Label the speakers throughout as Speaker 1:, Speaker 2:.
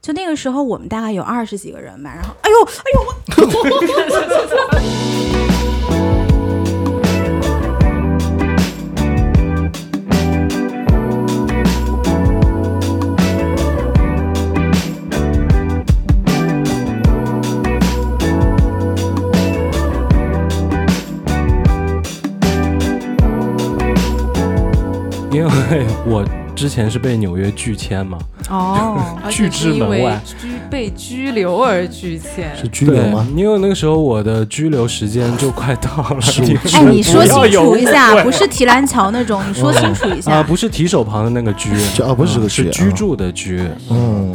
Speaker 1: 就那个时候我们大概有二十几个人吧，然后哎呦哎呦我。
Speaker 2: 因为我之前是被纽约拒签嘛，
Speaker 1: 哦，
Speaker 2: 拒之门外，
Speaker 3: 拘被拘留而拒签，
Speaker 4: 是拘留吗？
Speaker 2: 因为那个时候我的拘留时间就快到了。
Speaker 1: 哎，你说清楚一下，不
Speaker 2: 不
Speaker 1: 是提篮桥那种，你说清楚一下。
Speaker 2: 啊，不是提手旁的那个 居，
Speaker 4: 啊不是这个居
Speaker 2: 是居住的居。
Speaker 4: 嗯，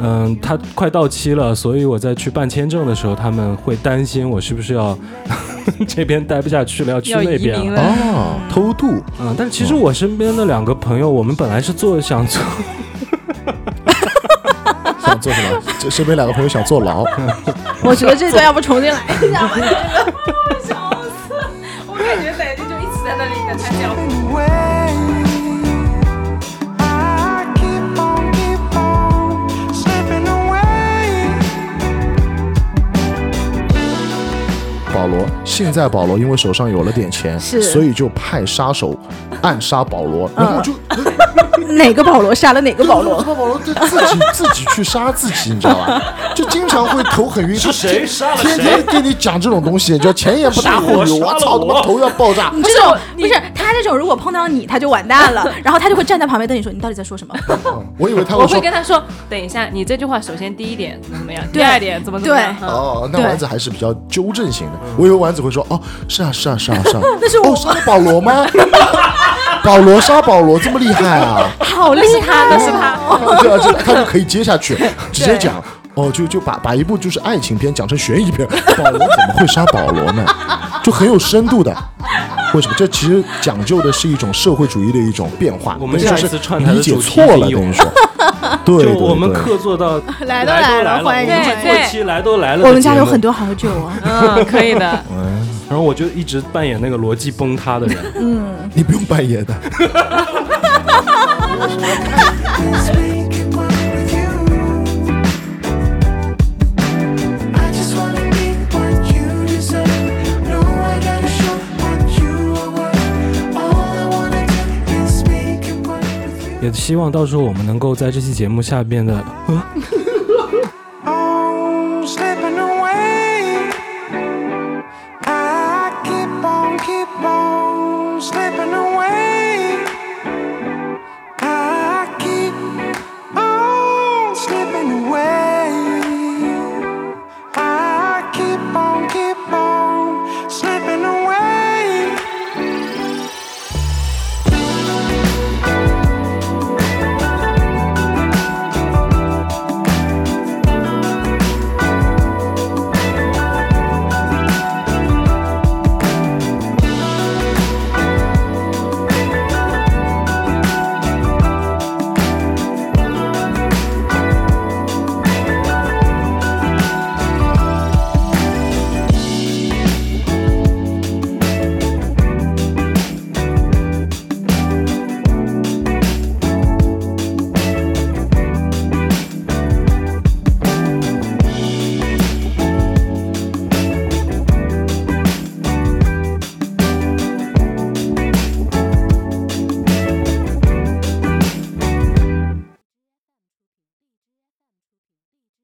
Speaker 2: 嗯，它快到期了，所以我在去办签证的时候，他们会担心我是不是要 这边待不下去了，要去
Speaker 3: 要
Speaker 2: 那
Speaker 3: 移
Speaker 2: 边
Speaker 3: 民
Speaker 2: 了。
Speaker 3: 了。
Speaker 4: 哦，偷渡，
Speaker 2: 嗯，但其实我身边的两个朋友，我们本来是做想做，
Speaker 4: 想坐什么？这身边两个朋友想坐牢，
Speaker 1: 我觉得这段要不重新来一下吧。
Speaker 3: 笑死！我感觉奶奶就一直在那里等他讲。
Speaker 5: I keep on, keep on slipping away.
Speaker 4: 保罗现在保罗因为手上有了点钱，
Speaker 1: 是
Speaker 4: 所以就派杀手暗杀保罗，然后就
Speaker 1: 哪个保罗杀了哪个保
Speaker 4: 我
Speaker 1: 罗？
Speaker 4: 知道保罗就自己自己去杀自己，你知道吧？就经常会头很晕，是谁杀了天天跟你讲这种东西，就前言不搭后语，我操，他妈头要爆炸。
Speaker 1: 这种不是他这种，如果碰到你，他就完蛋了，然后他就会站在旁边对你说：“你到底在说什么
Speaker 4: 嗯我以为他
Speaker 3: 我
Speaker 4: 会
Speaker 3: 会
Speaker 4: 说
Speaker 3: 跟他说，等一下，你这句话首先第一点怎么怎么样，第二点怎么怎么样。 嗯
Speaker 4: 哦，那
Speaker 1: 对
Speaker 4: 丸子还是比较纠正型的。我以为丸子会说哦，是啊，是啊，是啊，是啊。
Speaker 1: 那是我
Speaker 4: 哦，杀了保 罗吗？保罗杀保罗这么厉害啊？”？
Speaker 1: 好厉
Speaker 3: 那是他，
Speaker 1: 害
Speaker 3: 那是他。
Speaker 1: 哦
Speaker 4: 对啊，这他就可以接下去， 直接讲。哦，就就把把一部就是爱情片讲成悬疑片，保罗怎么会杀保罗呢？就很有深度的。为什么？这其实讲究的是一种社会主义的一种变化。
Speaker 2: 我们
Speaker 4: 等于
Speaker 2: 下
Speaker 4: 说
Speaker 2: 一
Speaker 4: 是
Speaker 2: 次串台的
Speaker 4: 理解
Speaker 2: 主题
Speaker 4: 错
Speaker 2: 已
Speaker 4: 了，
Speaker 2: 经有
Speaker 4: 等于说，对对
Speaker 2: 就
Speaker 4: 对，
Speaker 2: 我们客座到
Speaker 1: 来都
Speaker 2: 都
Speaker 1: 来了
Speaker 2: 了，
Speaker 1: 欢迎
Speaker 2: 我们
Speaker 3: 对
Speaker 2: 这
Speaker 3: 对
Speaker 2: 期来都来了。
Speaker 1: 我们家有很，多好酒啊！
Speaker 3: 嗯，可以的。
Speaker 2: 然后我就一直扮演那个逻辑崩塌的人。
Speaker 4: 你不用扮演的。
Speaker 5: Let's make it work with you. I just wanna be what you deserve. No, I gotta show what you are worth. All I wanna do is make it work with you.
Speaker 2: 也希望到时候我们能够在这期节目下边的，嗯，
Speaker 5: Oh, slipping away.